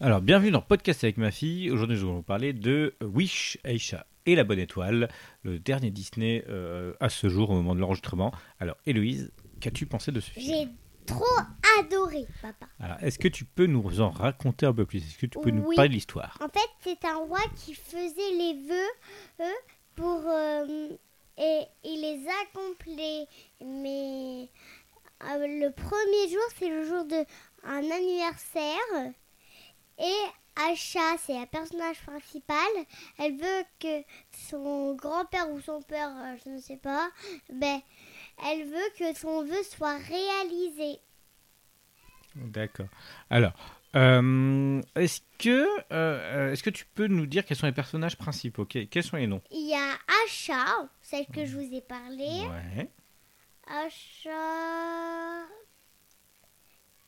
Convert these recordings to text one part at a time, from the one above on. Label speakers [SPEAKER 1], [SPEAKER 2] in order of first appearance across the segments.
[SPEAKER 1] Alors, bienvenue dans Podcast avec ma fille. Aujourd'hui, nous allons vous parler de Wish, Aisha et la Bonne Étoile, le dernier Disney euh, à ce jour, au moment de l'enregistrement. Alors, Héloïse, qu'as-tu pensé de ce film
[SPEAKER 2] J'ai trop adoré, papa.
[SPEAKER 1] Alors, est-ce que tu peux nous en raconter un peu plus Est-ce que tu peux nous
[SPEAKER 2] Oui.
[SPEAKER 1] parler de l'histoire
[SPEAKER 2] En fait, c'est un roi qui faisait les vœux euh, pour euh, et il les accomplait. Mais euh, le premier jour, c'est le jour de un anniversaire et Asha, c'est la personnage principale, elle veut que son grand-père ou son père, euh, je ne sais pas, ben elle veut que son vœu soit réalisé.
[SPEAKER 1] D'accord. Alors, euh, est-ce que, euh, est-ce que tu peux nous dire quels sont les personnages principaux Ok, Quels sont les noms
[SPEAKER 2] Il y a Asha, celle que je vous ai parlé.
[SPEAKER 1] Ouais.
[SPEAKER 2] Achat.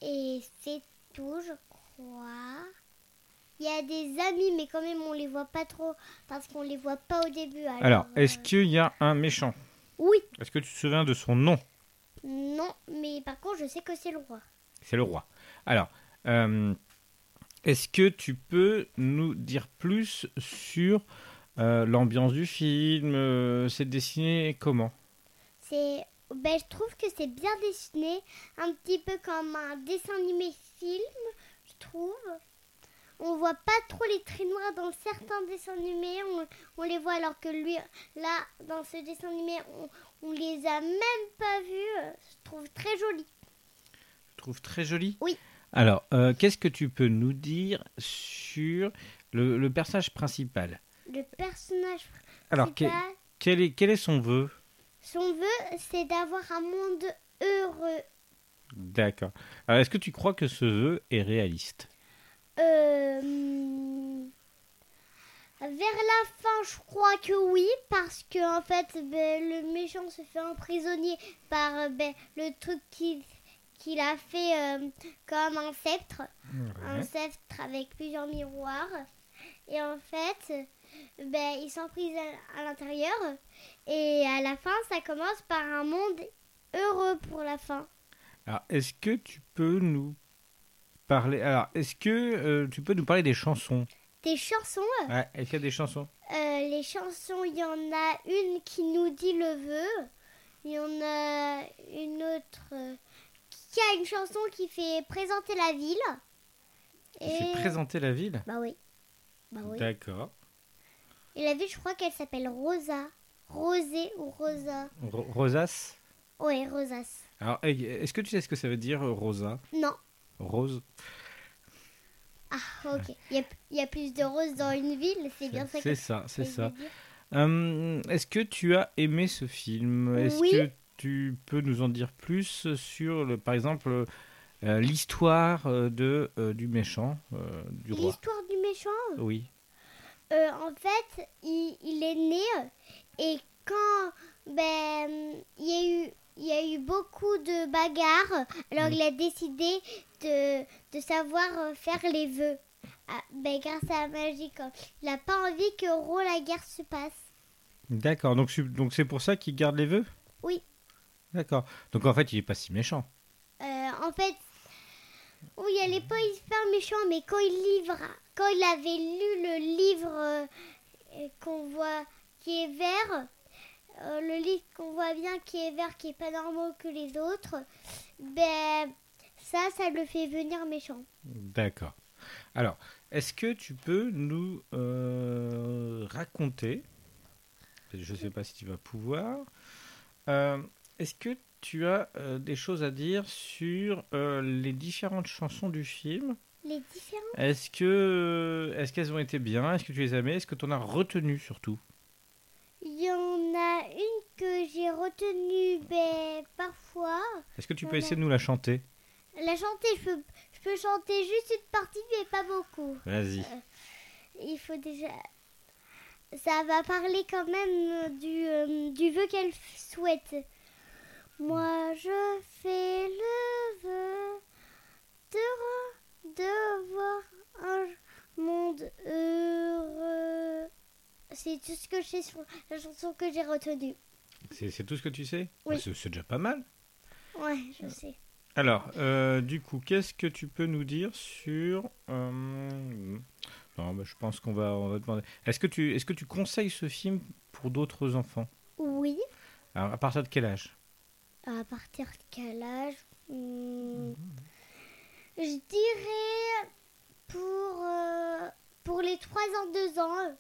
[SPEAKER 2] Et c'est tout, je crois. Il y a des amis, mais quand même, on les voit pas trop parce qu'on les voit pas au début. Alors,
[SPEAKER 1] Alors, est-ce
[SPEAKER 2] euh,
[SPEAKER 1] qu'il y a un méchant
[SPEAKER 2] Oui,
[SPEAKER 1] Est-ce que tu te souviens de son nom
[SPEAKER 2] non, mais par contre, je sais que c'est le roi.
[SPEAKER 1] C'est le roi. Alors, euh, est-ce que tu peux nous dire plus sur euh, l'ambiance du film euh, C'est dessiné comment
[SPEAKER 2] C'est. Ben, je trouve que c'est bien dessiné, un petit peu comme un dessin animé film, je trouve. On voit pas trop les traits noirs dans certains dessins animés, on, on les voit alors que lui, là, dans ce dessin animé, on, on les a même pas vus. Je trouve très joli.
[SPEAKER 1] Je trouve très joli.
[SPEAKER 2] Oui.
[SPEAKER 1] Alors, euh, qu'est-ce que tu peux nous dire sur le, le personnage principal
[SPEAKER 2] Le personnage
[SPEAKER 1] Alors, que-
[SPEAKER 2] principal,
[SPEAKER 1] quel, est, quel est son vœu
[SPEAKER 2] son vœu, c'est d'avoir un monde heureux.
[SPEAKER 1] D'accord. Alors, est-ce que tu crois que ce vœu est réaliste
[SPEAKER 2] Euh, hmm, vers la fin, je crois que oui, parce que en fait, ben, le méchant se fait emprisonner par euh, ben, le truc qu'il qu'il a fait euh, comme un sceptre, un sceptre avec plusieurs miroirs. Et en fait, euh, ben, il s'emprisonne à, à l'intérieur. Et à la fin, ça commence par un monde heureux pour la fin.
[SPEAKER 1] Alors, est-ce que tu peux nous parler Alors, est-ce que euh, tu peux nous parler des chansons
[SPEAKER 2] Des chansons
[SPEAKER 1] Ouais, Est-ce qu'il y a des chansons
[SPEAKER 2] Euh, les chansons, il y en a une qui nous dit le vœu. Il y en a une autre euh, qui a une chanson qui fait présenter la ville.
[SPEAKER 1] Tu fais présenter la ville
[SPEAKER 2] Bah oui. Bah oui.
[SPEAKER 1] D'accord.
[SPEAKER 2] Et la ville, je crois qu'elle s'appelle Rosa. Rosée ou Rosa.
[SPEAKER 1] Ro- Rosas
[SPEAKER 2] Ouais, Rosas.
[SPEAKER 1] Alors, hey, est-ce que tu sais ce que ça veut dire, euh, Rosa
[SPEAKER 2] Non.
[SPEAKER 1] Rose
[SPEAKER 2] Ah, ok. Il y, a- il y a plus de roses dans une ville, c'est bien ça que
[SPEAKER 1] C'est ça, c'est
[SPEAKER 2] je veux
[SPEAKER 1] ça.
[SPEAKER 2] dire.
[SPEAKER 1] Hum, est-ce que tu as aimé ce film Est-ce
[SPEAKER 2] Oui.
[SPEAKER 1] que tu peux nous en dire plus sur, le, par exemple, euh, l'histoire euh, de, euh, du méchant, euh, du roi
[SPEAKER 2] L'histoire du méchant.
[SPEAKER 1] Oui.
[SPEAKER 2] Euh, en fait, il, il est né euh, et quand ben, il, y a eu, il y a eu beaucoup de bagarres, alors
[SPEAKER 1] Mm.
[SPEAKER 2] il a décidé de, de savoir euh, faire les vœux. Ah, ben, grâce à la magie, quoi. il n'a pas envie que Ro la guerre se passe.
[SPEAKER 1] D'accord, donc, su- donc c'est pour ça qu'il garde les vœux
[SPEAKER 2] Oui.
[SPEAKER 1] D'accord. Donc en fait, il n'est pas si méchant.
[SPEAKER 2] Euh, en fait, oui, elle est pas hyper méchante, mais quand il livre, quand il avait lu le livre euh, euh, qu'on voit qui est vert, euh, le livre qu'on voit bien qui est vert, qui est pas normal que les autres, ben ça, ça le fait venir méchant.
[SPEAKER 1] D'accord. Alors, est-ce que tu peux nous euh, raconter, je ne sais pas si tu vas pouvoir, euh, est-ce que tu as euh, des choses à dire sur euh, les différentes chansons du film
[SPEAKER 2] Les différents.
[SPEAKER 1] Est-ce que est-ce qu'elles ont été bien Est-ce que tu les as aimées Est-ce que tu en as retenu surtout
[SPEAKER 2] Il y en a une que j'ai retenue, ben parfois.
[SPEAKER 1] Est-ce que tu peux
[SPEAKER 2] Voilà.
[SPEAKER 1] essayer de nous la chanter
[SPEAKER 2] La chanter, je peux, je peux chanter juste une partie, mais pas beaucoup.
[SPEAKER 1] Vas-y.
[SPEAKER 2] Il faut déjà. Ça va parler quand même du, euh, du vœu qu'elle f- souhaite. Moi, je fais le vœu de, re- de voir un j- monde heureux. C'est tout ce que je sais sur la chanson que j'ai retenue.
[SPEAKER 1] C'est c'est tout ce que tu sais
[SPEAKER 2] Oui.
[SPEAKER 1] Bah, c'est- C'est déjà pas mal.
[SPEAKER 2] Ouais, je sais.
[SPEAKER 1] Alors, euh, du coup, qu'est-ce que tu peux nous dire sur euh, je pense qu'on va, on va demander. Est-ce que, tu, est-ce que tu conseilles ce film pour d'autres enfants
[SPEAKER 2] Oui.
[SPEAKER 1] Alors, à partir de quel âge
[SPEAKER 2] À partir de quel âge Hmm, Je dirais pour, euh, pour les 3 ans, 2 ans. euh,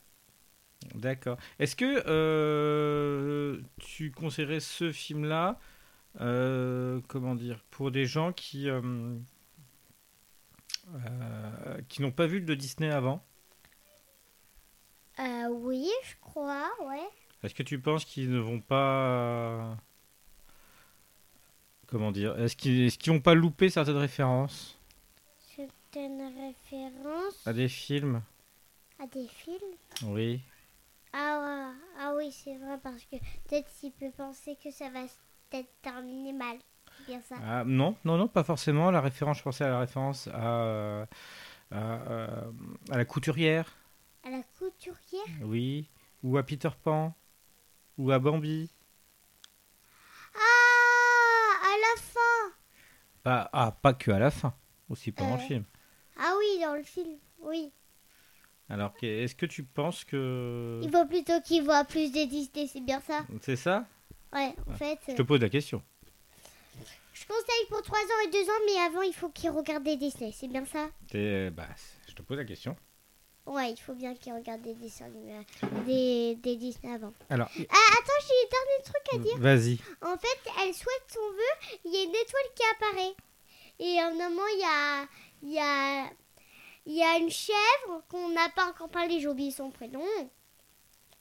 [SPEAKER 1] D'accord. Est-ce que euh, tu conseillerais ce film-là, euh, comment dire, pour des gens qui euh, euh, qui n'ont pas vu de Disney avant
[SPEAKER 2] euh, oui, je crois, ouais.
[SPEAKER 1] Est-ce que tu penses qu'ils ne vont pas Comment dire Est-ce qu'ils est-ce qu'ils n'ont pas loupé certaines références
[SPEAKER 2] C'est une référence
[SPEAKER 1] à des films
[SPEAKER 2] à des films.
[SPEAKER 1] Oui.
[SPEAKER 2] Ah, ouais, ah oui, c'est vrai, parce que peut-être qu'il peut penser que ça va s- peut-être terminer mal. C'est Bien ça.
[SPEAKER 1] Ah, non, non, non, pas forcément. La référence, je pensais à la référence à, euh, à, euh, à la couturière.
[SPEAKER 2] À la couturière
[SPEAKER 1] Oui, ou à Peter Pan, ou à Bambi.
[SPEAKER 2] Ah, à la fin
[SPEAKER 1] Pas, ah, pas que à la fin, aussi pendant
[SPEAKER 2] Euh.
[SPEAKER 1] le film.
[SPEAKER 2] Ah oui, dans le film, oui.
[SPEAKER 1] Alors, que- est-ce que tu penses que.
[SPEAKER 2] Il faut plutôt qu'il voit plus de Disney, c'est bien ça
[SPEAKER 1] C'est ça
[SPEAKER 2] Ouais, en fait.
[SPEAKER 1] Je
[SPEAKER 2] euh,
[SPEAKER 1] te pose la question.
[SPEAKER 2] Je conseille pour 3 ans et 2 ans, mais avant, il faut qu'il regarde des Disney, c'est bien ça
[SPEAKER 1] T'es- bah, c'est- je te pose la question.
[SPEAKER 2] Ouais, il faut bien qu'il regarde des dessins animés, des, des Disney avant.
[SPEAKER 1] Alors,
[SPEAKER 2] Ah, attends, j'ai un dernier truc à dire.
[SPEAKER 1] vas-y.
[SPEAKER 2] En fait, elle souhaite son vœu, il y a une étoile qui apparaît. Et à un moment, il y a, il y, a, il y a une chèvre qu'on n'a pas encore parlé, j'ai oublié son prénom.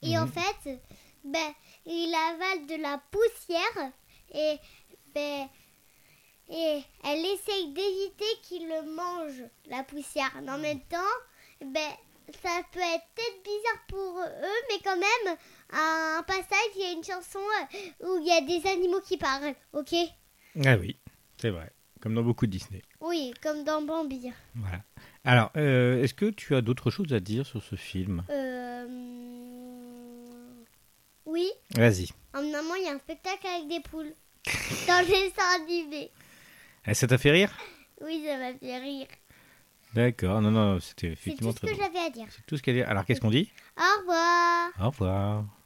[SPEAKER 2] Et en
[SPEAKER 1] Mhm.
[SPEAKER 2] fait, ben, il avale de la poussière et, ben, et elle essaye d'éviter qu'il le mange, la poussière. Mais en même temps, ben, ça peut être peut-être bizarre pour eux, mais quand même, à un passage, il y a une chanson euh, où il y a des animaux qui parlent, ok
[SPEAKER 1] Ah oui, c'est vrai. Comme dans beaucoup de Disney.
[SPEAKER 2] Oui, comme dans Bambi.
[SPEAKER 1] Voilà. Alors, euh, est-ce que tu as d'autres choses à dire sur ce film
[SPEAKER 2] Euh... hum, Oui,
[SPEAKER 1] Vas-y.
[SPEAKER 2] en moment, il y a un spectacle avec des poules. dans le dessin animé.
[SPEAKER 1] Eh, Ça t'a fait rire
[SPEAKER 2] Oui, ça m'a fait rire.
[SPEAKER 1] D'accord, non, non, c'était
[SPEAKER 2] C'est tout
[SPEAKER 1] effectivement
[SPEAKER 2] ce
[SPEAKER 1] très
[SPEAKER 2] que
[SPEAKER 1] bon.
[SPEAKER 2] j'avais à dire.
[SPEAKER 1] C'est tout ce qu'elle dit. Alors, qu'est-ce qu'on dit
[SPEAKER 2] Au revoir
[SPEAKER 1] Au revoir.